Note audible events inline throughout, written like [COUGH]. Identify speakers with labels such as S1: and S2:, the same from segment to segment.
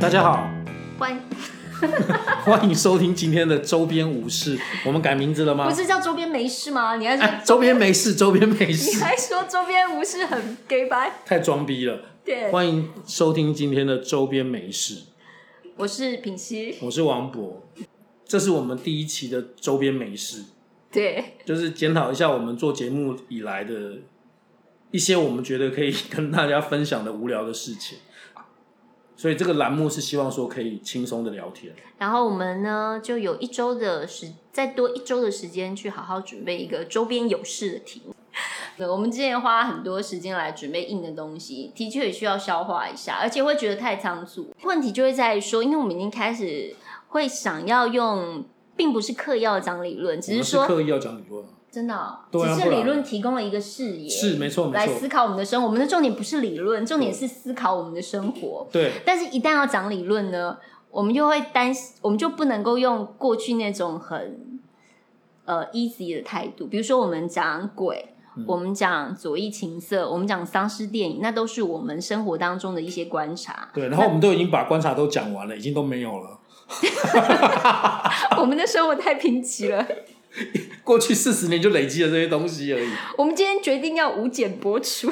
S1: 大家好，
S2: 欢
S1: 欢迎收听今天的周边武士。我们改名字了吗
S2: 不？是叫周边没事吗？你还说
S1: 哎，周边没事，周边没
S2: [LAUGHS] 你
S1: 事，
S2: 还说周边无事很 gay 白？
S1: 太装逼了。
S2: 对，
S1: 欢迎收听今天的周边没事，
S2: 我是品熙。
S1: 我是王博，这是我们第一期的周边没事，
S2: 对，
S1: 就是检讨一下我们做节目以来的一些我们觉得可以跟大家分享的无聊的事情。所以这个栏目是希望说可以轻松的聊天。
S2: 然后我们呢就有一周的时，再多一周的时间去好好准备一个周边有事的题目。 [LAUGHS] 对，我们之前花很多时间来准备硬的东西，的确也需要消化一下，而且会觉得太仓促。问题就会在于说，因为我们已经开始会想要用，并不是嗑药讲理论，只
S1: 我们是
S2: 说
S1: 刻意要讲理论啊，
S2: 真的哦、
S1: 对啊
S2: 只
S1: 不
S2: 是
S1: 然
S2: 理论提供了一个视野，
S1: 是没错没
S2: 来
S1: 错
S2: 思，考我们的生活。我们的重点不是理论，重点是思考我们的生活。
S1: 对。
S2: 但是，一旦要讲理论呢，我们就会担心，我们就不能够用过去那种很呃 easy 的态度。比如说，我们讲鬼，
S1: 嗯
S2: 我们讲左翼情色，我们讲丧尸电影，那都是我们生活当中的一些观察。 [LAUGHS]
S1: 对，然后我们都已经把观察都讲完了，已经都没有了。
S2: 我们的生活太贫瘠了，
S1: 过去四十年就累积了这些东西而已，
S2: 我们今天决定要无茧博出。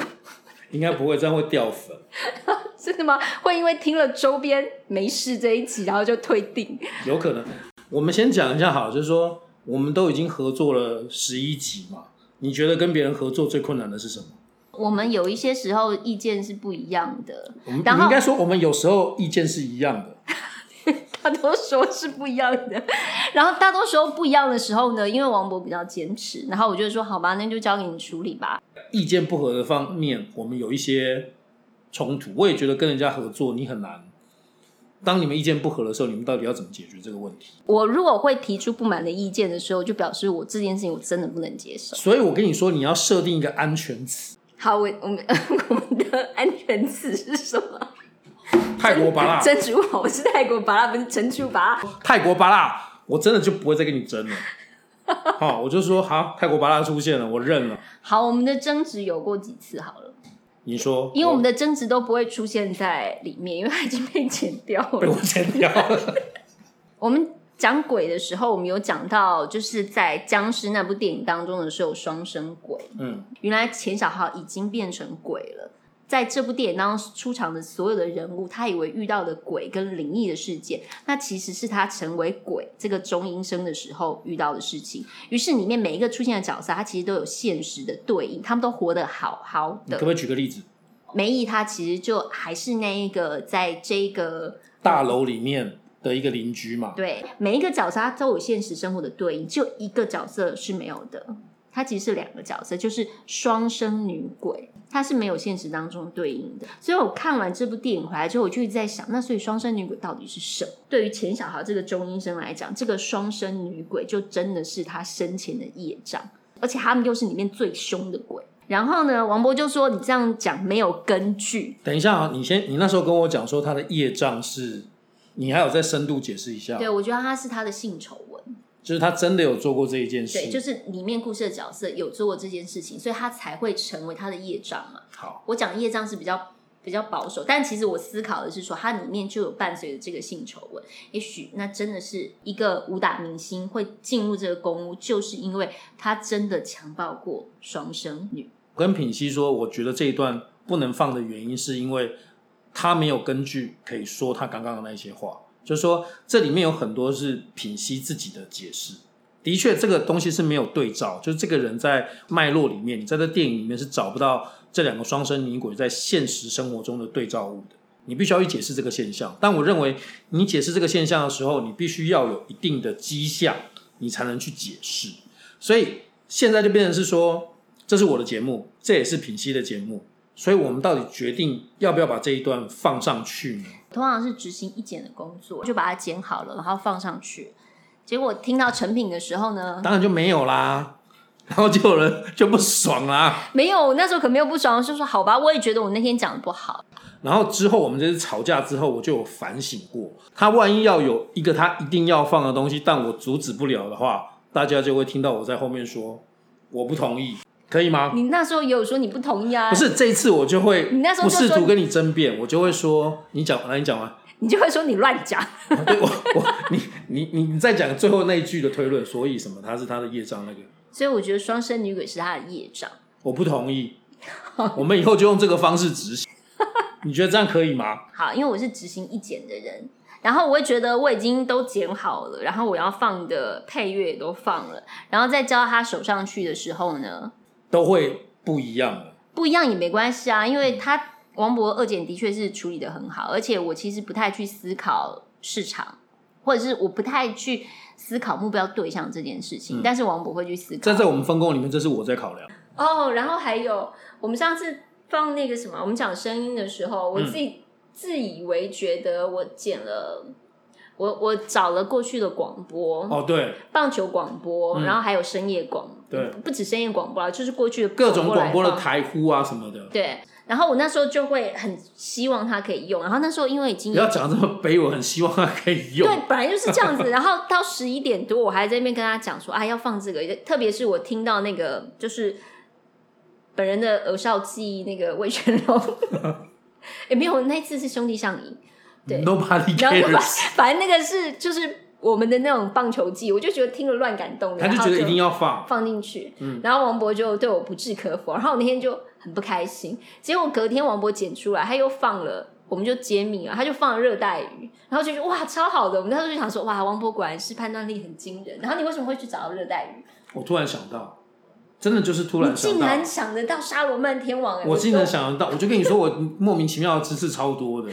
S1: 应该不会这样会掉粉。
S2: [LAUGHS] 真的吗？会因为听了周边没事这一集，然后就退订？
S1: 有可能。我们先讲一下好了，就是说我们都已经合作了十一集嘛，你觉得跟别人合作最困难的是什么？
S2: 我们有一些时候意见是不一样的
S1: 我们，
S2: 然
S1: 你应
S2: 后
S1: 该说我们有时候意见是一样的，
S2: 大多说是不一样的， [LAUGHS] 然后大多时候不一样的时候呢，因为王博比较坚持，然后我就说好吧，那就交给你处理吧。
S1: 意见不合的方面，我们有一些冲突。我也觉得跟人家合作你很难。当你们意见不合的时候，你们到底要怎么解决这个问题？
S2: 我如果会提出不满的意见的时候，就表示我这件事情我真的不能接受。
S1: 所以我跟你说，你要设定一个安全词，
S2: 好，我我们 [LAUGHS] 我们的安全词是什么？
S1: 泰国
S2: [LAUGHS]
S1: 拔蜡，
S2: 珍珠宝，我是泰国拔蜡，不是珍珠拔蜡。
S1: 泰国巴拉，我真的就不会再跟你争
S2: [LAUGHS]
S1: 了。好，我就说好，泰国巴拉出现了，我认了。
S2: 好，我们的争执有过几次好了。
S1: 你说，
S2: 因为我们的争执都不会出现在里面，因为它已经被剪掉
S1: 我被
S2: 了。
S1: 我剪掉
S2: [LAUGHS]
S1: 了。
S2: 我们讲鬼的时候，我们有讲到，就是在僵尸那部电影当中的时候，双生鬼，
S1: 嗯，
S2: 原来钱小豪已经变成鬼了。在这部电影当中出场的所有的人物，他以为遇到的鬼跟灵异的事件，那其实是他成为鬼这个中阴身的时候遇到的事情。于是里面每一个出现的角色，他其实都有现实的对应，他们都活得好好
S1: 你
S2: 的
S1: 可不。可以举个例子？
S2: 梅姨她其实就还是那一个在这个
S1: 大楼里面的一个邻居嘛，
S2: 对每一个角色，她都有现实生活的对应，只有一个角色是没有的。她其实是两个角色，就是双生女鬼，她是没有现实当中对应的。所以我看完这部电影回来之后，我就一直在想，那所以双生女鬼到底是什么？对于钱小豪这个中医生来讲，这个双生女鬼就真的是他生前的业障。而且他们又是里面最凶的鬼。然后呢，王博就说：“你这样讲没有根据。
S1: 等一下啊，你先，你那时候跟我讲说他的业障是，你还有再深度解释一下
S2: 对，，我觉得他是他的性丑闻。
S1: 就是他真的有做过这一件
S2: 对，
S1: 事。
S2: 就是里面故事的角色有做过这件事情，所以他才会成为他的业障嘛。
S1: 好，
S2: 我讲业障是比较比较保守，但其实我思考的是说，它里面就有伴随着这个性丑闻。也许那真的是一个武打明星会进入这个公屋，就是因为他真的强暴过双生女。
S1: 我跟品熙说，我觉得这一段不能放的原因是因为他没有根据可以说他刚刚的那些话，就是说这里面有很多是品熙自己的解释。的确，这个东西是没有对照，就是这个人在脉络里面，你在这电影里面是找不到这两个双生女鬼在现实生活中的对照物的。你必须要去解释这个现象，但我认为你解释这个现象的时候，你必须要有一定的迹象，你才能去解释。所以现在就变成是说，这是我的节目，这也是品熙的节目，所以我们到底决定要不要把这一段放上去呢？
S2: 通常是执行一剪的工作，就把它剪好了，然后放上去。结果听到成品的时候呢，
S1: 当然就没有啦， [LAUGHS] 然后就有人 [LAUGHS] 就不爽啦，
S2: 没有，那时候可没有不爽，就说好吧，我也觉得我那天讲的不好。
S1: 然后之后我们这次吵架之后，我就有反省过，他万一要有一个他一定要放的东西，但我阻止不了的话，大家就会听到我在后面说我不同意，可以吗？
S2: 你那时候也有说你不同意啊，
S1: 不是这一次我就会
S2: 你那时候
S1: 不
S2: 就
S1: 试
S2: 说
S1: 图跟你争辩，我就会说你讲，来你讲完，啊
S2: 你就会说你乱讲。
S1: 对我我你你你你再讲最后那一句的推论，所以什么？他是他的业障那个，
S2: [LAUGHS] 所以我觉得双生女鬼是他的业障。
S1: 我不同
S2: [LAUGHS]
S1: 意。我们以后就用这个方式执行，你觉得这样可以吗？
S2: 好，因为我是执行一剪的人，然后我会觉得我已经都剪好了，然后我要放的配乐也都放了，然后再交到他手上去的时候呢，
S1: 都会不一样的。
S2: 不一样也没关系啊，因为他王博二剪的确是处理的很好，而且我其实不太去思考市场，或者是我不太去思考目标对象这件事情，
S1: 嗯
S2: 但是王博会去思考。
S1: 在在我们分工里面，这是我在考量。
S2: 哦，然后还有我们上次放那个什么，我们讲声音的时候，我自
S1: 嗯
S2: 己、自以为觉得我剪了，我我找了过去的广播，
S1: 哦，对，
S2: 棒球广播，
S1: 嗯
S2: 然后还有深夜广，
S1: 对
S2: 不止深夜广播啊，就是过去的
S1: 各种
S2: 广
S1: 广播
S2: 来
S1: 的
S2: 放
S1: 台呼啊什么的，
S2: 对。然后我那时候就会很希望它可以用，然后那时候因为已经
S1: 不要讲这么卑微，我很希望他可以用
S2: 对。，本来就是这样子。然后到十一点多，我还在那边跟他讲说啊，要放这个。特别是我听到那个就是本人的儿少记忆那个魏全龙，
S1: [LAUGHS]
S2: 也没有，那次是兄弟上瘾。对
S1: Nobody
S2: 然后就
S1: cares，
S2: 反反正那个是就是我们的那种棒球季，我就觉得听了乱感动的，
S1: 他就
S2: 然后
S1: 觉得一定
S2: 要
S1: 要放。
S2: 放进去。
S1: 嗯
S2: 然后王博就对我不置可否，然后我那天就很不开心。结果隔天王博剪出来，他又放了，我们就揭秘了，他就放了热带鱼，然后就觉得哇超好的。我们那时候就想说哇，王博果然是判断力很惊人。然后你为什么会去找到热带鱼？
S1: 我突然想到，真的就是突
S2: 你
S1: 然想
S2: 竟
S1: 到，
S2: 然想得到沙罗曼天王、欸，
S1: 我竟
S2: 就
S1: 然想得到，我就跟你说，我莫名其妙的知识超多的。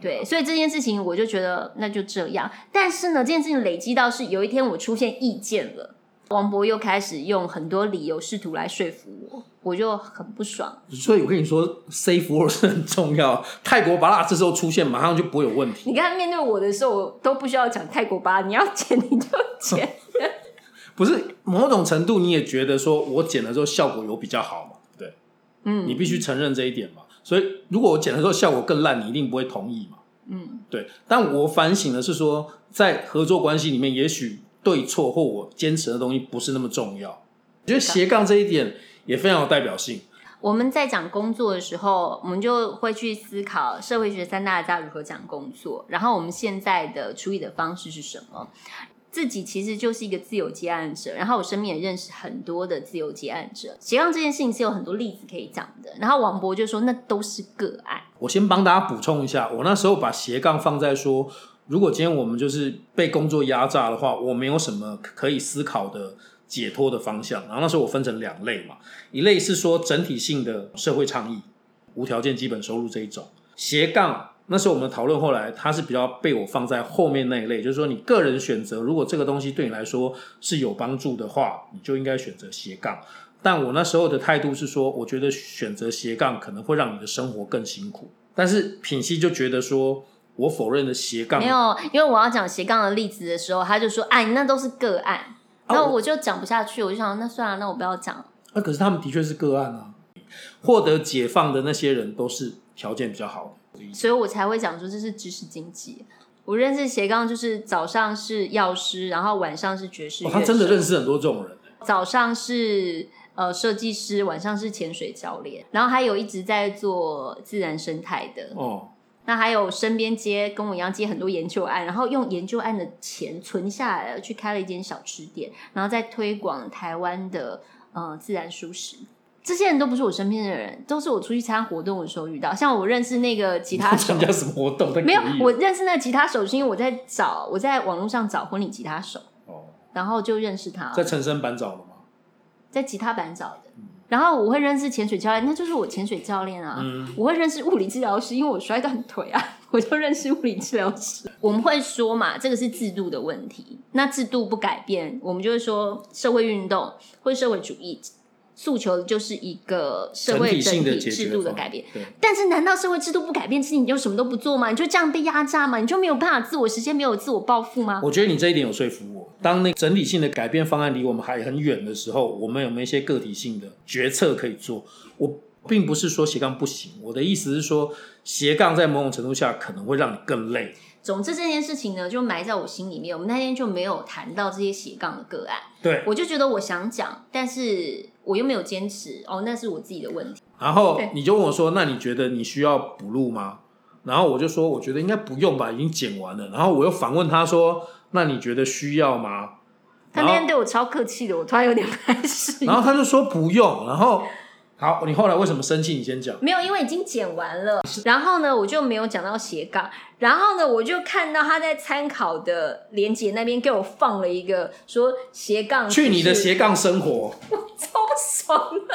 S2: 对，所以这件事情我就觉得那就这样。但是呢，这件事情累积到是有一天我出现意见了，王博又开始用很多理由试图来说服我，我就很不爽。
S1: 所以我跟你说，safe word 是很重要。泰国巴拉这时候出现，马上就不会有问题。
S2: 你刚才面对我的时候，我都不需要讲泰国吧，你要剪你就剪。
S1: [LAUGHS] 不是某种程度，你也觉得说我剪了之后效果有比较好嘛？对，
S2: 嗯
S1: 你必须承认这一点嘛。所以如果我剪了之后效果更烂，你一定不会同意嘛？
S2: 嗯，
S1: 对。但我反省的是说，在合作关系里面，也许对错或我坚持的东西不是那么重要。我觉得斜杠这一点也非常有代表性。
S2: 我们在讲工作的时候，我们就会去思考社会学三大家如何讲工作，然后我们现在的处理的方式是什么。自己其实就是一个自由接案者，然后我身边也认识很多的自由接案者，斜杠这件事情是有很多例子可以讲的。然后王博就说那都是个案，
S1: 我先帮大家补充一下，我那时候把斜杠放在说，如果今天我们就是被工作压榨的话，我没有什么可以思考的解脱的方向。然后那时候我分成两类嘛，一类是说整体性的社会倡议，无条件基本收入这一种斜杠。那时候我们讨论，后来它是比较被我放在后面那一类，就是说你个人选择，如果这个东西对你来说是有帮助的话，你就应该选择斜杠。但我那时候的态度是说，我觉得选择斜杠可能会让你的生活更辛苦。但是品熙就觉得说，我否认了斜杠
S2: 没，有，因为我要讲斜杠的例子的时候，他就说：“哎，那都是个案。”然后
S1: 啊我
S2: 我就讲不下去，我就想，那算了，那我不要讲了。
S1: 那、可是他们的确是个案啊。获得解放的那些人都是条件比较好的，
S2: 所以我才会讲说这是知识经济。我认识斜杠就是早上是药师，然后晚上是爵士乐
S1: 哦，
S2: 手、
S1: 他真的认识很多这种人。
S2: 早上是呃设计师，晚上是潜水教练，然后还有一直在做自然生态的。
S1: 哦，
S2: 那还有身边接跟我一样接很多研究案，然后用研究案的钱存下来了，去开了一间小吃店，然后再推广台湾的呃自然熟食。这些人都不是我身边的人，都是我出去参加活动的时候遇到。像我认识那个
S1: [LAUGHS]
S2: 吉他手
S1: 参，加什么活动？
S2: [LAUGHS] 没有
S1: 太诡异了
S2: 我认识那个吉他手是因为我在找我在网络上找婚礼吉他手，
S1: 哦，
S2: 然后就认识他，
S1: 在陈升板找了吗？
S2: 在吉他版找的。然后我会认识潜水教练，那就是我潜水教练啊。
S1: 嗯，
S2: 我会认识物理治疗师，因为我摔断腿啊， [LAUGHS] 我就认识物理治疗师。我们会说嘛，这个是制度的问题。那制度不改变，我们就会说社会运动或者社会主义诉求的就是一个社
S1: 整
S2: 会
S1: 体
S2: 整
S1: 性的
S2: 体
S1: 解决
S2: 制度的
S1: 方
S2: 改变。。
S1: 对，
S2: 但是，难道社会制度不改变，是你就什么都不做吗？你就这样被压榨吗？你就没有办法自我实现，没有自我抱负吗？
S1: 我觉得你这一点有说服我。当那个整体性的改变方案离我们还很远的时候，我们有没有一些个体性的决策可以做？我并不是说斜杠不行，我的意思是说，斜杠在某种程度下可能会让你更累。
S2: 总之，这件事情呢，就埋在我心里面。我们那天就没有谈到这些斜杠的个案，
S1: 对，
S2: 我就觉得我想讲，但是我又没有坚持，哦，那是我自己的问题。
S1: 然后
S2: 对
S1: 你就问我说：“那你觉得你需要补录吗？”然后我就说，我觉得应该不用吧，已经剪完了。然后我又反问他说，那你觉得需要吗？
S2: 他
S1: 然
S2: 那
S1: 后
S2: 天对我超客气的，我突然有点开始。
S1: 然后他就说不用。然后好，你后来为什么生气？你先讲。
S2: 没有，因为已经剪完了。然后呢，我就没有讲到斜杠。然后呢，我就看到他在参考的连接那边给我放了一个说斜杠，
S1: 去你的斜，杠生活，
S2: [LAUGHS] 超不爽的，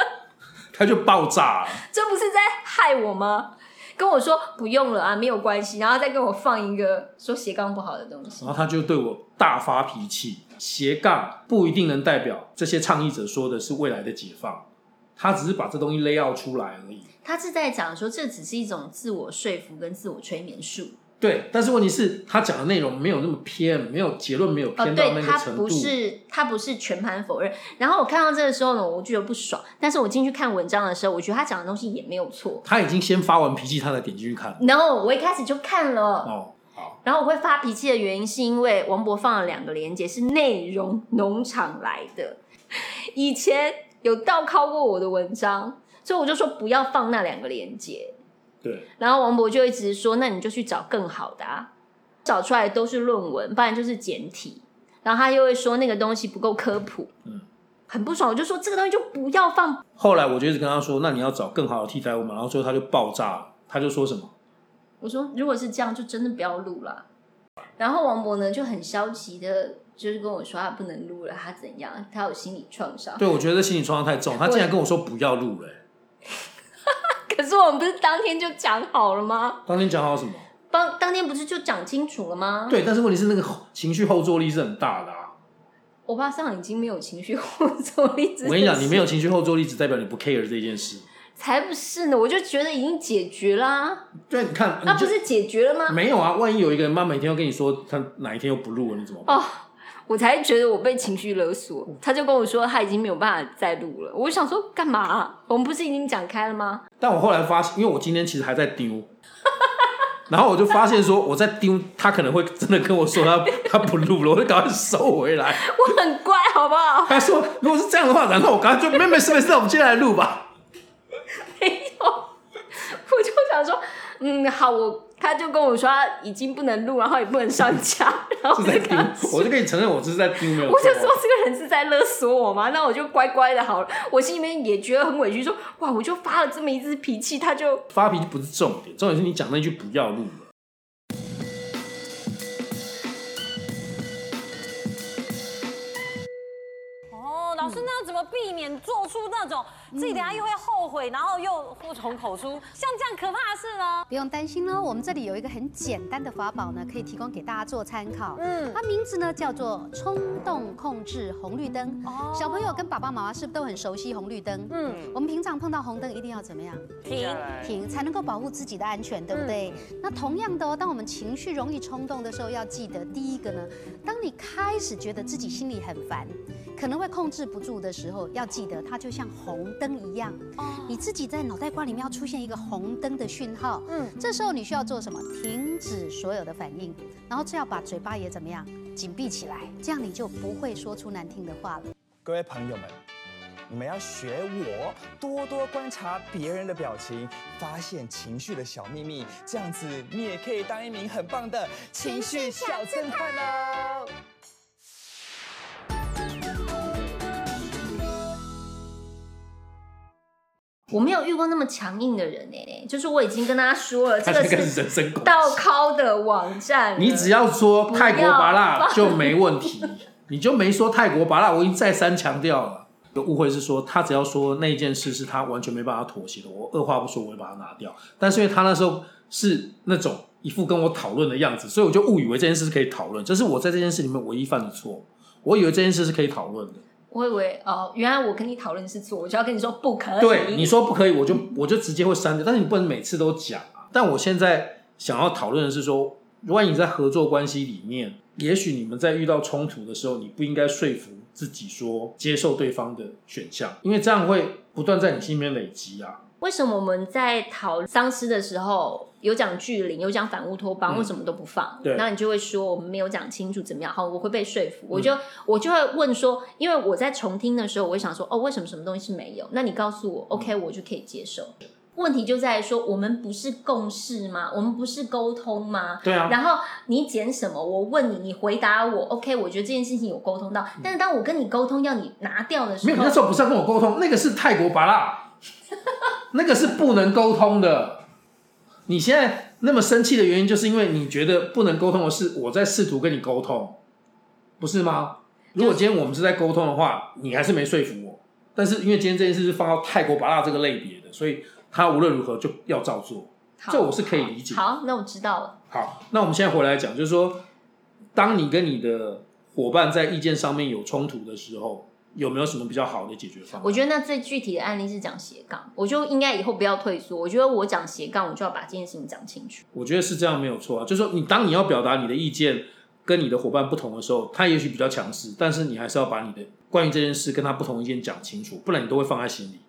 S1: 他就爆炸了。
S2: 这不是在害我吗？跟我说不用了啊，没有关系，然后再跟我放一个说斜杠不好的东西
S1: 然，后他就对我大发脾气。斜杠不一定能代表这些倡议者说的是未来的解放，他只是把这东西 lay out 出来而已。
S2: 他是在讲说这只是一种自我说服跟自我催眠术，
S1: 对，但是问题是，他讲的内容没有那么偏，没有结论，没有
S2: 哦，
S1: 偏到
S2: 对，
S1: 那
S2: 他
S1: 个程度。
S2: 不是他不是全盘否认。然后我看到这个时候呢，我觉得不爽。但是我进去看文章的时候，我觉得他讲的东西也没有错。
S1: 他已经先发完脾气，他才点进去看。
S2: 然后我一开始就看了，
S1: 哦，好，
S2: 然后我会发脾气的原因是因为王博放了两个连接是内容农场来的，以前有倒拷过我的文章，所以我就说不要放那两个连接。
S1: 对，
S2: 然后王博就一直说，那你就去找更好的啊，找出来都是论文，不然就是简体。然后他又会说那个东西不够科普，
S1: 嗯，
S2: 很不爽。我就说这个东西就不要放，
S1: 后来我就一直跟他说，那你要找更好的替代物嘛。然后最后他就爆炸了，他就说什么？
S2: 我说如果是这样，就真的不要录了。然后王博呢就很消极的，就是跟我说他不能录了，他怎样，他有心理创伤。 [LAUGHS]
S1: 对我觉得心理创伤太重，他竟然跟我说不要录了、欸
S2: 可是我们不是当天就讲好了吗？
S1: 当天讲好什么？
S2: 当当天不是就讲清楚了吗？
S1: 对，但是问题是那个后情绪后坐力是很大的啊。
S2: 我爸上已经没有情绪后坐力。
S1: 我跟你讲，你没有情绪后坐力，只代表你不 care 这件事。
S2: 才不是呢，我就觉得已经解决啦、
S1: 对，你看，
S2: 那
S1: 你
S2: 不
S1: 就是
S2: 解决了吗？
S1: 没有啊？万一有一个人妈每天都跟你说他哪一天又不录了，你怎么办？
S2: 哦，我才觉得我被情绪勒索。
S1: 嗯
S2: 他就跟我说他已经没有办法再录了。我想说干嘛啊、我们不是已经讲开了吗？ [LAUGHS]
S1: 但我后来发现，因为我今天其实还在丢，然后我就发现说我在丢，他可能会真的跟我说他他不录了，我就赶快收回来。
S2: 我很乖，好不好？
S1: 他说如果是这样的话，然后我刚才就没没事没事，我们接下来录吧。 [LAUGHS]
S2: 没有，我就想说，嗯，好，我他就跟我说他已经不能录，然后也不能上架，然后
S1: 是
S2: 我
S1: 在
S2: 就跟
S1: 丢
S2: 他，
S1: 我就跟你承认我这是在丢，没有错。
S2: 我就说这个人是在勒索我吗？那我就乖乖的好了。我心里面也觉得很委屈，说哇，我就发了这么一次脾气，他就
S1: 发脾气不是重点，重点是你讲那句不要录了。
S3: 哦，老师，那要怎么避免做出那种自己等下又会后悔，然后又祸从口出，像这样可怕的事呢？
S4: 不用担心呢，我们这里有一个很简单的法宝呢，可以提供给大家做参考。
S3: 嗯
S4: 它名字呢叫做冲动控制红绿灯。
S3: 哦
S4: 小朋友跟爸爸妈妈是不是都很熟悉红绿灯？
S3: 嗯，哎
S4: 我们平常碰到红灯一定要怎么样？
S3: 停，
S4: 停，才能够保护自己的安全，对不对？
S3: 嗯
S4: 那同样的哦，当我们情绪容易冲动的时候，要记得第一个呢，当你开始觉得自己心里很烦，可能会控制不住的时候，要记得它就像红灯一样，
S3: 哦
S4: 你自己在脑袋瓜里面要出现一个红灯的讯号。
S3: 嗯
S4: 嗯，这时候你需要做什么？停止所有的反应，然后最好把嘴巴也怎么样？紧闭起来，这样你就不会说出难听的话了。
S5: 各位朋友们，你们要学我多多观察别人的表情，发现情绪的小秘密，这样子你也可以当一名很棒的情绪小侦探哦。
S2: 我没有遇过那么强硬的人哎、就是我已经跟他说了，这
S1: 他
S2: 个
S1: 现在开始
S2: 是
S1: 人身攻击。
S2: [LAUGHS] 倒拷的网站了，
S1: 你只要说泰国麻
S2: 不
S1: 辣
S2: 要
S1: 就没问题，你就没说泰国麻辣，我已经再三强调了。有误会是说，他只要说那一件事是他完全没办法妥协的，我二话不说我会把它拿掉。但是因为他那时候是那种一副跟我讨论的样子，所以我就误以为这件事是可以讨论，这是我在这件事里面唯一犯的错。我以为这件事是可以讨论的，
S2: 我以为哦，原来我跟你讨论是错，我就要跟你说不可以。
S1: 对你说不可以，我就我就直接会删掉。但是你不能每次都讲啊。但我现在想要讨论的是说，万一你在合作关系里面，也许你们在遇到冲突的时候，你不应该说服自己说接受对方的选项，因为这样会不断在你心里面累积啊。
S2: 为什么我们在讨丧尸的时候有讲巨灵，有讲反乌托邦，为什么都不放？
S1: 嗯对嗯
S2: 那你就会说我们没有讲清楚怎么样，好，我会被说服，我就我就会问说，因为我在重听的时候，我会想说，哦，为什么什么东西是没有？那你告诉我，OK，我就可以接受。问题就在于说，我们不是共事吗？我们不是沟通吗？
S1: 对啊，
S2: 然后你剪什么？我问你，你回答我。OK，我觉得这件事情有沟通到，但是当我跟你沟通要你拿掉的时
S1: 没有，
S2: 候，
S1: 那时候不是要跟我沟通，那个是泰国拔
S2: [LAUGHS]
S1: 蜡，那个是不能沟通的。你现在那么生气的原因，就是因为你觉得不能沟通的是我在试图跟你沟通，不是吗？如果今天我们是在沟通的话，你还是没说服我。但是因为今天这件事是放到泰国拔蜡这个类别的，所以他无论如何就要照做。
S2: 好
S1: 这我是可以理解的
S2: 好，那我知道了。
S1: 好，那我们现在回来讲，就是说，当你跟你的伙伴在意见上面有冲突的时候，有没有什么比较好的解决方案？
S2: 我觉得那最具体的案例是讲斜杠，我就应该以后不要退缩。我觉得我讲斜杠，我就要把这件事情讲清楚。
S1: 我觉得是这样没有错啊，就是说你当你要表达你的意见跟你的伙伴不同的时候，他也许比较强势，但是你还是要把你的关于这件事跟他不同意见讲清楚，不然你都会放在心里。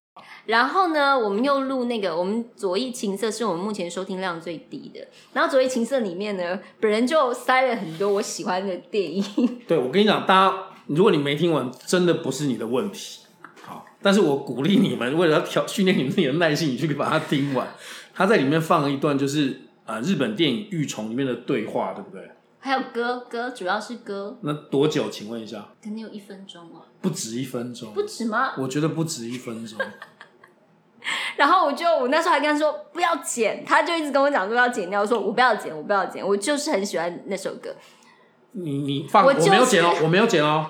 S2: 然后呢，我们又录那个，我们左翼情色是我们目前收听量最低的。然后左翼情色里面呢，本人就塞了很多我喜欢的电影。 [LAUGHS]
S1: 对我跟你讲，大家如果你没听完，真的不是你的问题。好，但是我鼓励你们，为了要调训练你们自己的耐性，你去把它听完。他在里面放了一段，就是啊、呃日本电影《玉虫》里面的对话，对不对？
S2: 还有歌歌，主要是歌，
S1: 那多久？请问一下，
S2: 可能有一分钟哦，
S1: 不止一分钟，
S2: 不止吗？
S1: 我觉得不止一分钟。
S2: 然后我就我那时候还跟他说不要剪，他就一直跟我讲说要剪掉，我说我不要剪，我不要剪，我就是很喜欢那首歌。
S1: 你你放
S2: 我
S1: 我,、
S2: 就是
S1: 没有剪哦，我没有剪哦，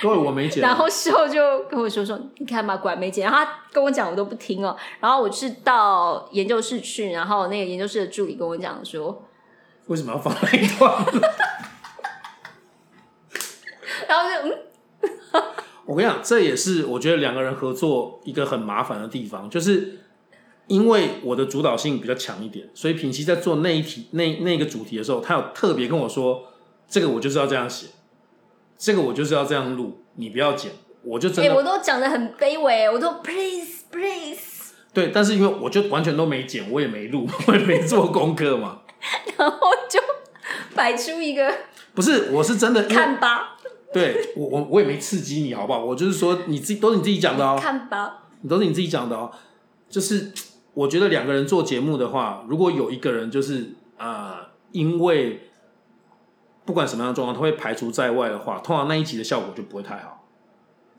S1: 各位我没剪哦、
S2: [LAUGHS] 然后事后就跟我说说，你看吧，果然没剪。然后他跟我讲，我都不听哦。然后我是到研究室去，然后那个研究室的助理跟我讲说，
S1: 为什么要放那一段？
S2: 然后就嗯，
S1: 我跟你讲，这也是我觉得两个人合作一个很麻烦的地方，就是因为我的主导性比较强一点，所以品熙在做那一题那那个主题的时候，他有特别跟我说，这个我就是要这样写，这个我就是要这样录，你不要剪，我就真
S2: 哎、
S1: 的、
S2: 我都讲的很卑微，我都 please please。 [LAUGHS]
S1: 对，但是因为我就完全都没剪，我也没录，我也没做功课嘛，
S2: 然后就摆出一个
S1: 不是，我是真的因为
S2: 看吧，
S1: 对我我我也没刺激你好不好？我就是说你自己都是你自己讲的哦，
S2: 看吧，
S1: 你都是你自己讲的哦。就是我觉得两个人做节目的话，如果有一个人就是啊、呃因为不管什么样的状况，他会排除在外的话，通常那一集的效果就不会太好。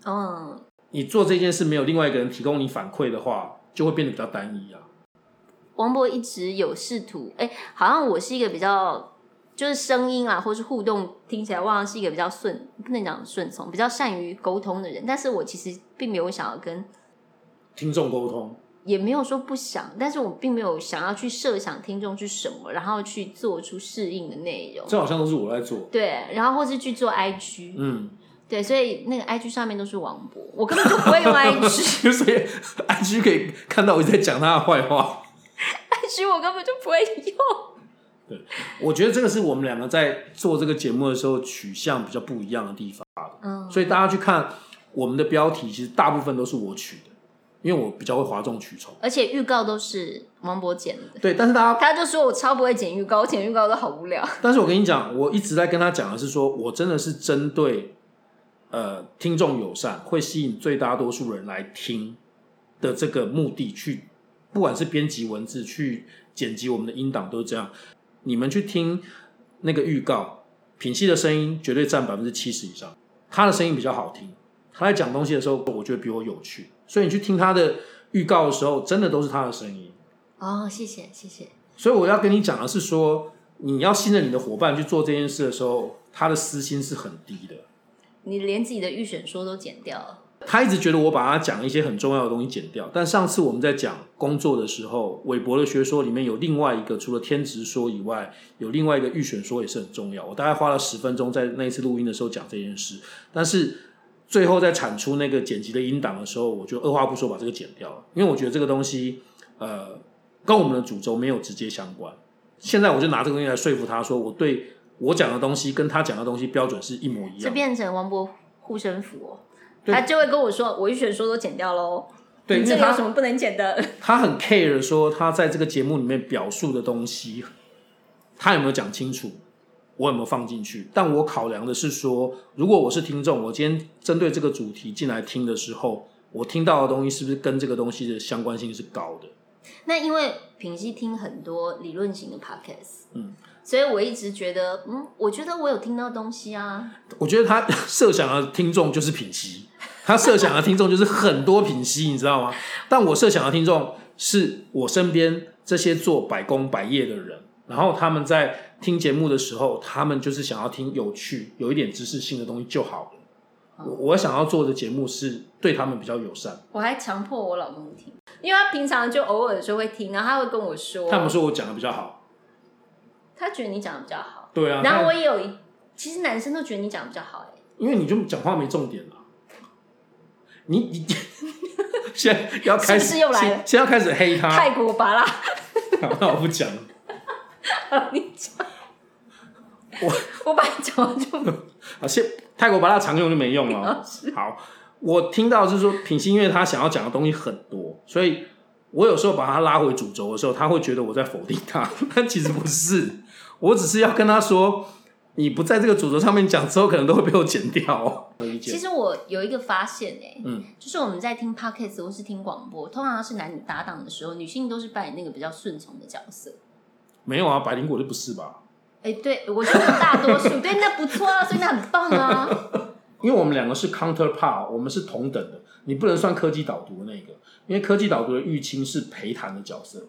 S2: 嗯，
S1: 你做这件事没有另外一个人提供你反馈的话，就会变得比较单一啊。
S2: 王博一直有试图，哎、好像我是一个比较，就是声音啊，或是互动听起来，我好像是一个比较顺，不能讲顺从，比较善于沟通的人。但是我其实并没有想要跟，
S1: 听众沟通，
S2: 也没有说不想，但是我并没有想要去设想听众是什么，然后去做出适应的内容。
S1: 这好像都是我在做。
S2: 对，然后或是去做 IG，、
S1: 嗯， [LAUGHS]
S2: 对，所以那个 IG 上面都是王博，我根本就不会用 IG，IG
S1: [LAUGHS] 所以 IG 可以看到我一直在讲他的坏话。
S2: 我根本就不会用。
S1: 我觉得这个是我们两个在做这个节目的时候取向比较不一样的地方。
S2: 嗯，
S1: 所以大家去看我们的标题，其实大部分都是我取的，因为我比较会哗众取宠。
S2: 而且预告都是王博剪的。
S1: 对，但是大家，
S2: 他就说我超不会剪预告，我剪预告都好无聊。
S1: [LAUGHS] 但是我跟你讲，我一直在跟他讲的是说，我真的是针对呃听众友善，会吸引最大多数人来听的这个目的去，不管是编辑文字，去剪辑我们的音档，都是这样。你们去听那个预告，品系的声音绝对占百分之七十以上，他的声音比较好听，他在讲东西的时候，我觉得比我有趣，所以你去听他的预告的时候，真的都是他的声音。
S2: 哦，谢谢谢谢。
S1: 所以我要跟你讲的是说，你要信任你的伙伴去做这件事的时候，他的私心是很低的。
S2: 你连自己的预选说都剪掉了，
S1: 他一直觉得我把他讲一些很重要的东西剪掉，但上次我们在讲工作的时候，韦伯的学说里面有另外一个，除了天职说以外，有另外一个预选说也是很重要。我大概花了十分钟在那一次录音的时候讲这件事，但是最后在产出那个剪辑的音档的时候，我就二话不说把这个剪掉了，因为我觉得这个东西，呃，跟我们的主轴没有直接相关。现在我就拿这个东西来说服他说，我对我讲的东西跟他讲的东西标准是一模一样的。
S2: 这变成王博护身符哦。
S1: 对
S2: 他就会跟我说，我预选说都剪掉喽。
S1: 对，
S2: 你
S1: 因
S2: 这
S1: 为
S2: 个有
S1: 他
S2: 什么不能剪的？
S1: 他很 care 说他在这个节目里面表述的东西，他有没有讲清楚，我有没有放进去？但我考量的是说，如果我是听众，我今天针对这个主题进来听的时候，我听到的东西是不是跟这个东西的相关性是高的？
S2: 那因为平西听很多理论型的 podcast，
S1: 嗯，
S2: 所以我一直觉得，嗯，我觉得我有听到东西啊，
S1: 我觉得他设想的听众就是品析，他设想的听众就是很多品析，你知道吗？但我设想的听众是我身边这些做百工百业的人，然后他们在听节目的时候，他们就是想要听有趣、有一点知识性的东西就好了。我我想要做的节目是对他们比较友善。
S2: 我还强迫我老公听，因为他平常就偶尔就会听，然后他会跟我说，
S1: 他们说我讲的比较好，
S2: 他觉得你讲的比较好，
S1: 对啊。
S2: 然后
S1: 他
S2: 我也有一，其实男生都觉得你讲的比较好、欸，
S1: 因为你就讲话没重点了、你你 [LAUGHS] 现在要开始
S2: 是不是又来了
S1: 现现在要开始黑他，
S2: 泰国拔 [LAUGHS] 啦，
S1: 好那我不讲了。
S2: 你讲，
S1: 我
S2: 我把你讲完就
S1: 啊，现泰国把它常用就没用了。哦好，我听到是说品心，因为他想要讲的东西很多，所以我有时候把他拉回主轴的时候，他会觉得我在否定他， [LAUGHS] 但其实不是，我只是要跟他说，你不在这个主轴上面讲之后，可能都会被我剪掉、哦。有意
S2: 其
S1: 见？
S2: 实我有一个发现哎、
S1: 嗯，
S2: 就是我们在听 podcast 或是听广播，通常是男女搭档的时候，女性都是扮演那个比较顺从的角色。
S1: 没有啊，百灵果就不是吧？
S2: 哎、对我觉得大多数对，那不错啊，所以那很棒啊。
S1: 因为我们两个是 counterpart，我们是同等的，你不能算科技导读的那个，因为科技导读的玉清是陪谈的角色。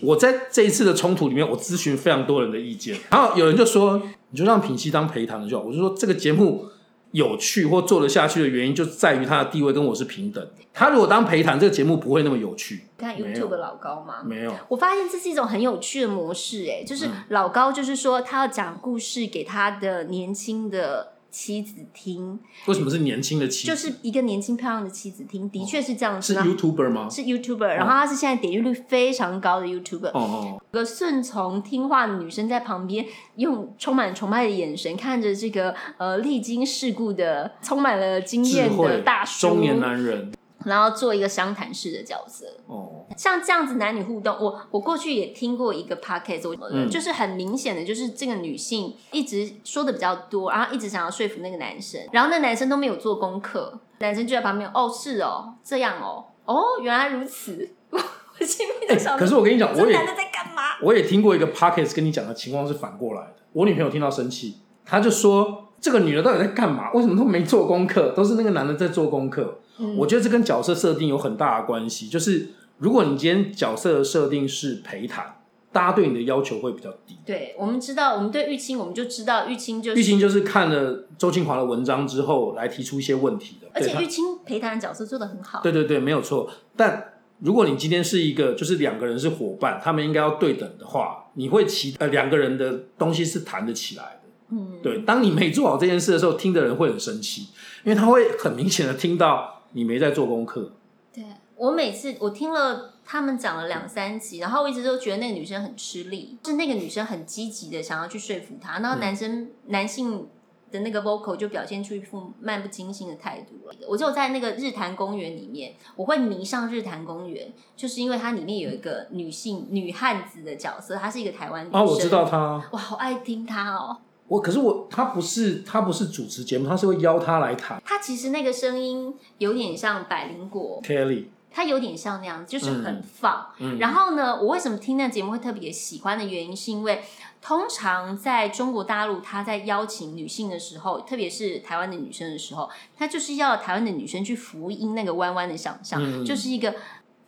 S1: 我在这一次的冲突里面，我咨询非常多人的意见，然后有人就说，你就让品熙当陪谈的就好。我就说这个节目有趣或做得下去的原因，就在于他的地位跟我是平等。他如果当陪谈，这个节目不会那么有趣。
S2: 你看
S1: 没有
S2: YouTube 老高嘛，
S1: 没嗯有，
S2: 我发现这是一种很有趣的模式、哎，就是老高就是说他要讲故事给他的年轻的妻子听，
S1: 为什么是年轻的妻子？哦
S2: 就是一个年轻漂亮的妻子听，的确是这样子。
S1: 是 YouTuber 吗？
S2: 是 YouTuber，然后他是现在点击率非常高的 YouTuber，、
S1: 哦哦，
S2: 有个顺从听话的女生在旁边，用充满崇拜的眼神看着这个呃历经世故的、充满了经
S1: 智
S2: 验的
S1: 慧
S2: 大叔，
S1: 中年男人
S2: 然后做一个商谈式的角色。
S1: 哦，
S2: 像这样子男女互动，我我过去也听过一个 podcast，我、
S1: 嗯
S2: 就是很明显的，就是这个女性一直说的比较多，然后一直想要说服那个男生，然后那男生都没有做功课，男生就在旁边，哦是哦，这样哦，哦原来如此， [LAUGHS] 我我心里在想，
S1: 哎可是我跟你讲，
S2: 这
S1: 我也
S2: 男的在干嘛？
S1: 我也听过一个 podcast 跟你讲的情况是反过来的。我女朋友听到生气，她就说：“这个女的到底在干嘛？为什么都没做功课？都是那个男的在做功课。
S2: 嗯
S1: 我觉得这跟角色设定有很大的关系。就是如果你今天角色的设定是陪谈，大家对你的要求会比较低。
S2: 对，我们知道，我们对玉清，我们就知道玉清就是，
S1: 玉清就是看了周清华的文章之后来提出一些问题的，
S2: 而
S1: 对
S2: 且
S1: 她
S2: 玉清陪谈的角色做的很好。
S1: 对对对，没有错。但如果你今天是一个，就是两个人是伙伴，他们应该要对等的话，你会期呃两个人的东西是谈得起来的。嗯，对。当你没做好这件事的时候，听的人会很生气，因为他会很明显的听到你没在做功课。
S2: 对我每次我听了他们讲了两三集，然后我一直都觉得那个女生很吃力，是那个女生很积极的想要去说服他，
S1: 嗯
S2: 然后男生、男性的那个 vocal 就表现出一副漫不经心的态度了。我就在那个日坛公园里面，我会迷上日坛公园，就是因为它里面有一个女性女汉子的角色，她是一个台湾女生。
S1: 啊，嗯我知道，他，
S2: 我好爱听她哦。
S1: 我可是我他不是他不是主持节目，他是会邀他来谈。
S2: 她其实那个声音有点像百灵果，
S1: Kelly，
S2: 它有点像那样，就是很
S1: 嗯
S2: 放。
S1: 嗯，
S2: 然后呢，我为什么听那节目会特别喜欢的原因，是因为通常在中国大陆，他在邀请女性的时候，特别是台湾的女生的时候，他就是要台湾的女生去福音那个弯弯的想象，
S1: 嗯
S2: 就是一个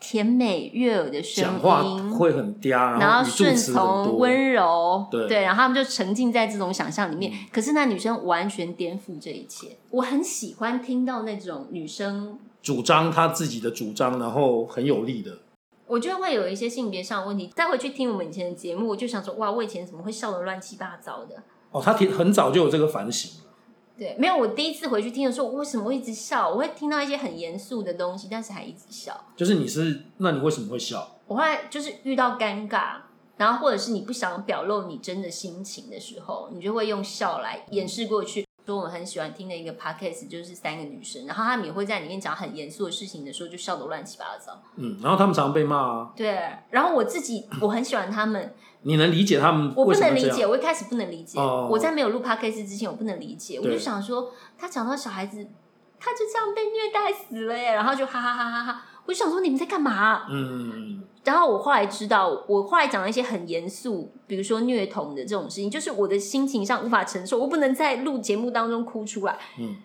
S2: 甜美悦耳的声
S1: 讲话
S2: 音。
S1: 会很嗲，
S2: 然
S1: 后
S2: 后
S1: 语助
S2: 顺
S1: 词很
S2: 从、
S1: 多，
S2: 温柔，
S1: 对嗯
S2: 然后他们就沉浸在这种想象里面。可是那女生完全颠覆这一切，我很喜欢听到那种女生
S1: 主张他自己的主张，然后很有力的。
S2: 我觉得会有一些性别上的问题。再回去听我们以前的节目，我就想说，哇，我以前怎么会笑得乱七八糟的？
S1: 哦，他挺很早就有这个反省了。
S2: 对，没有。我第一次回去听的时候，我为什么会一直笑？我会听到一些很严肃的东西，但是还一直笑。
S1: 就是你是，那你为什么会笑？
S2: 我后来就是遇到尴尬，然后或者是你不想表露你真的心情的时候，你就会用笑来掩饰过去。说我们很喜欢听的一个 podcast 就是三个女生，然后她们也会在里面讲很严肃的事情的时候，就笑得乱七八糟。
S1: 嗯，然后他们常被骂啊，
S2: 对，然后我自己我很喜欢她们，
S1: 你能理解他们
S2: 我不
S1: 为什么
S2: 能理
S1: 这
S2: 解，
S1: 样？
S2: 我一开始不能理解。
S1: 哦
S2: 我在没有录 podcast 之前，我不能理解，我
S1: 对
S2: 就想说，他讲到小孩子，他就这样被虐待死了耶，然后就哈哈哈哈哈。我就想说，你们在干嘛？
S1: 嗯，
S2: 然后我后来知道，我后来讲了一些很严肃，比如说虐童的这种事情，就是我的心情上无法承受，我不能在录节目当中哭出来，
S1: 嗯，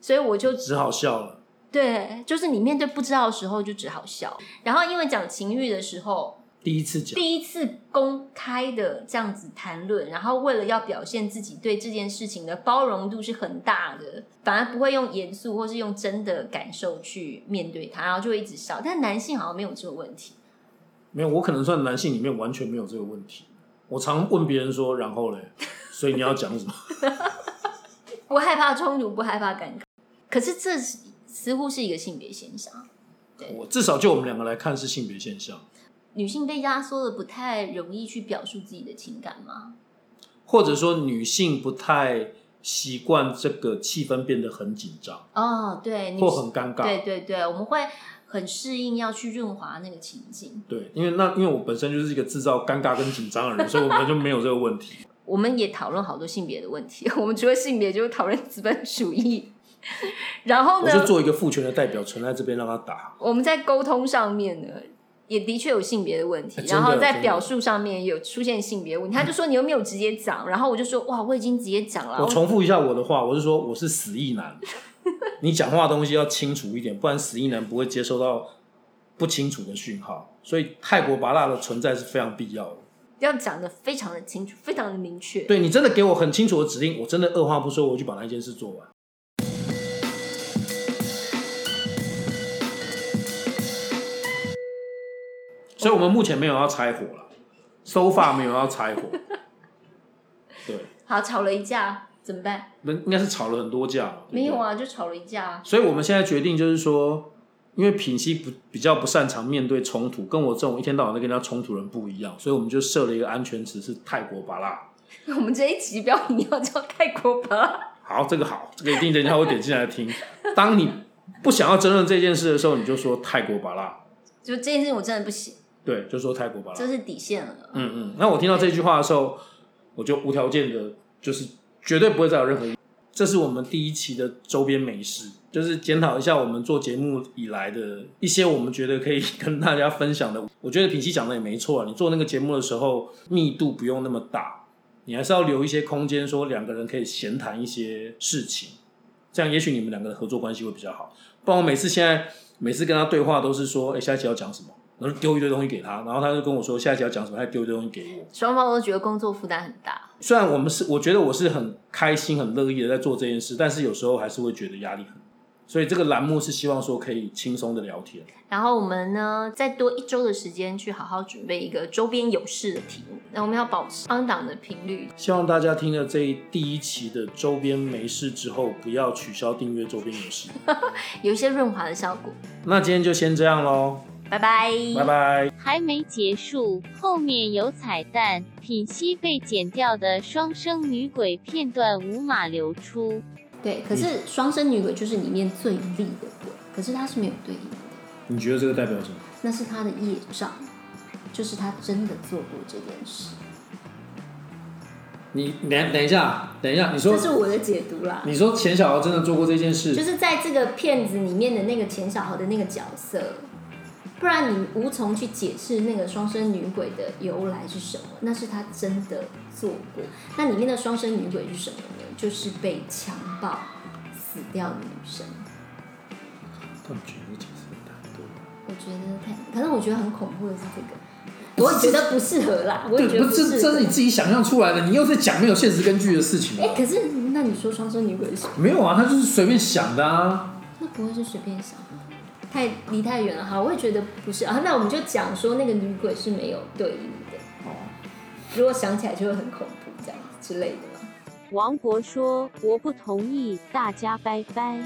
S2: 所以我就
S1: 只好笑了。
S2: 对，就是你面对不知道的时候就只好笑。然后因为讲情欲的时候，
S1: 第一次讲，
S2: 第一次公开的这样子谈论，然后为了要表现自己对这件事情的包容度是很大的，反而不会用严肃或是用真的感受去面对它，然后就会一直笑。但男性好像没有这个问题，
S1: 没有，我可能算男性里面完全没有这个问题。我常问别人说，然后嘞，所以你要讲什么？
S2: 不害怕冲突，不害怕尴尬。可是这是似乎是一个性别现象，
S1: 我至少就我们两个来看是性别现象，
S2: 女性被压缩的不太容易去表述自己的情感吗？
S1: 或者说女性不太习惯这个气氛变得很紧张
S2: 哦，对，女
S1: 或
S2: 性
S1: 很尴尬。
S2: 对对对，我们会很适应要去润滑那个情境。
S1: 对，因为那因为我本身就是一个制造尴尬跟紧张的人，所以我们就没有这个问题。
S2: 我们也讨论好多性别的问题， [LAUGHS] 我们除了性别，就是讨论资本主义。然后
S1: 我
S2: 呢，
S1: 就做一个父权的代表，存在这边让他打。
S2: 我们在沟通上面呢，也的确有性别的问题，
S1: 哎真的
S2: 然后在
S1: 真的
S2: 表述上面有出现性别问题。他就说你又没有直接讲，然后我就说哇，我已经直接讲了。
S1: 我重复一下我的话，我是说我是死意男，你讲话的东西要清楚一点，不然死意男不会接收到不清楚的讯号。所以泰国拔蜡的存在是非常必要的。
S2: 要讲的非常的清楚，非常的明确。
S1: 对你真的给我很清楚的指令，我真的二话不说，我就把那件事做完。所以我们目前没有要拆火了，so far 没有要拆火。 [LAUGHS] 对，
S2: 好，吵了一架怎么办？
S1: 那应该是吵了很多架嘛。对不对
S2: 没有。啊，就吵了一架啊。 [LAUGHS]
S1: 所以我们现在决定就是说，因为品熙不比较不擅长面对冲突，跟我这种一天到晚在跟人家冲突的人不一样，所以我们就设了一个安全词是泰国巴拉。
S2: 我们这一集标题要叫泰国吧。
S1: 好，这个好，这个一定人家会点进来听。当你不想要争论这件事的时候，你就说泰国巴拉，
S2: 就这件事情我真的不行，
S1: 对，就说泰国巴拉
S2: 这。是底线了。
S1: 嗯嗯。那我听到这句话的时候，我就无条件的，就是绝对不会再有任何。这是我们第一期的周边美食，就是检讨一下我们做节目以来的一些我们觉得可以 [LAUGHS] 跟大家分享的。我觉得品熙讲的也没错啊，你做那个节目的时候，密度不用那么大，你还是要留一些空间，说两个人可以闲谈一些事情，这样也许你们两个的合作关系会比较好。不然我每次现在每次跟他对话都是说，哎、下一期要讲什么，然后就丢一堆东西给他，然后他就跟我说下一期要讲什么，他丢一堆东西给我。
S2: 双方都觉得工作负担很大，
S1: 虽然我们是，我觉得我是很开心、很乐意的在做这件事，但是有时候还是会觉得压力很大。所以这个栏目是希望说可以轻松的聊天。
S2: 然后我们呢再多一周的时间去好好准备一个周边有事的题目，那我们要保持帮档的频率。
S1: 希望大家听了这一第一期的周边没事之后，不要取消订阅周边有事。
S2: 有一些润滑的效果。
S1: 那今天就先这样喽，
S2: 拜拜，
S1: 拜拜。
S6: 还没结束，后面有彩蛋。品熙被剪掉的双生女鬼片段无码流出。
S2: 对，可
S1: 嗯
S2: 是双生女鬼就是里面最厉的鬼，可是她是没有对应的，
S1: 你觉得这个代表什么？
S2: 那是她的业障，就是她真的做过这件事。
S1: 你等等一下，等一下，你说
S2: 这是我的解读啦，
S1: 你说钱小豪真的做过这件事，
S2: 就是在这个片子里面的那个钱小豪的那个角色，不然你无从去解释那个双生女鬼的由来是什么，那是他真的做过。那里面的双生女鬼是什么呢？就是被强暴死掉的女生。
S1: 但觉得解释太多了。
S2: 我觉得太，可能我觉得很恐怖的是这个，我也觉得不适合啦，我也觉
S1: [LAUGHS] 对，
S2: 得
S1: 不是，
S2: 适
S1: 这这是
S2: 合
S1: 你。自己想象出来的，你又在讲没有现实根据的事情、啊。
S2: 哎、可是那你说双生女鬼是什么？
S1: 没有啊，他就是随便想的啊。
S2: 那不会是随便想的，太离太远了。好，我也觉得不是啊。那我们就讲说那个女鬼是没有对应的，如果想起来就会很恐怖，这样之类的嘛。
S6: 王国说：“我不同意，大家拜拜。”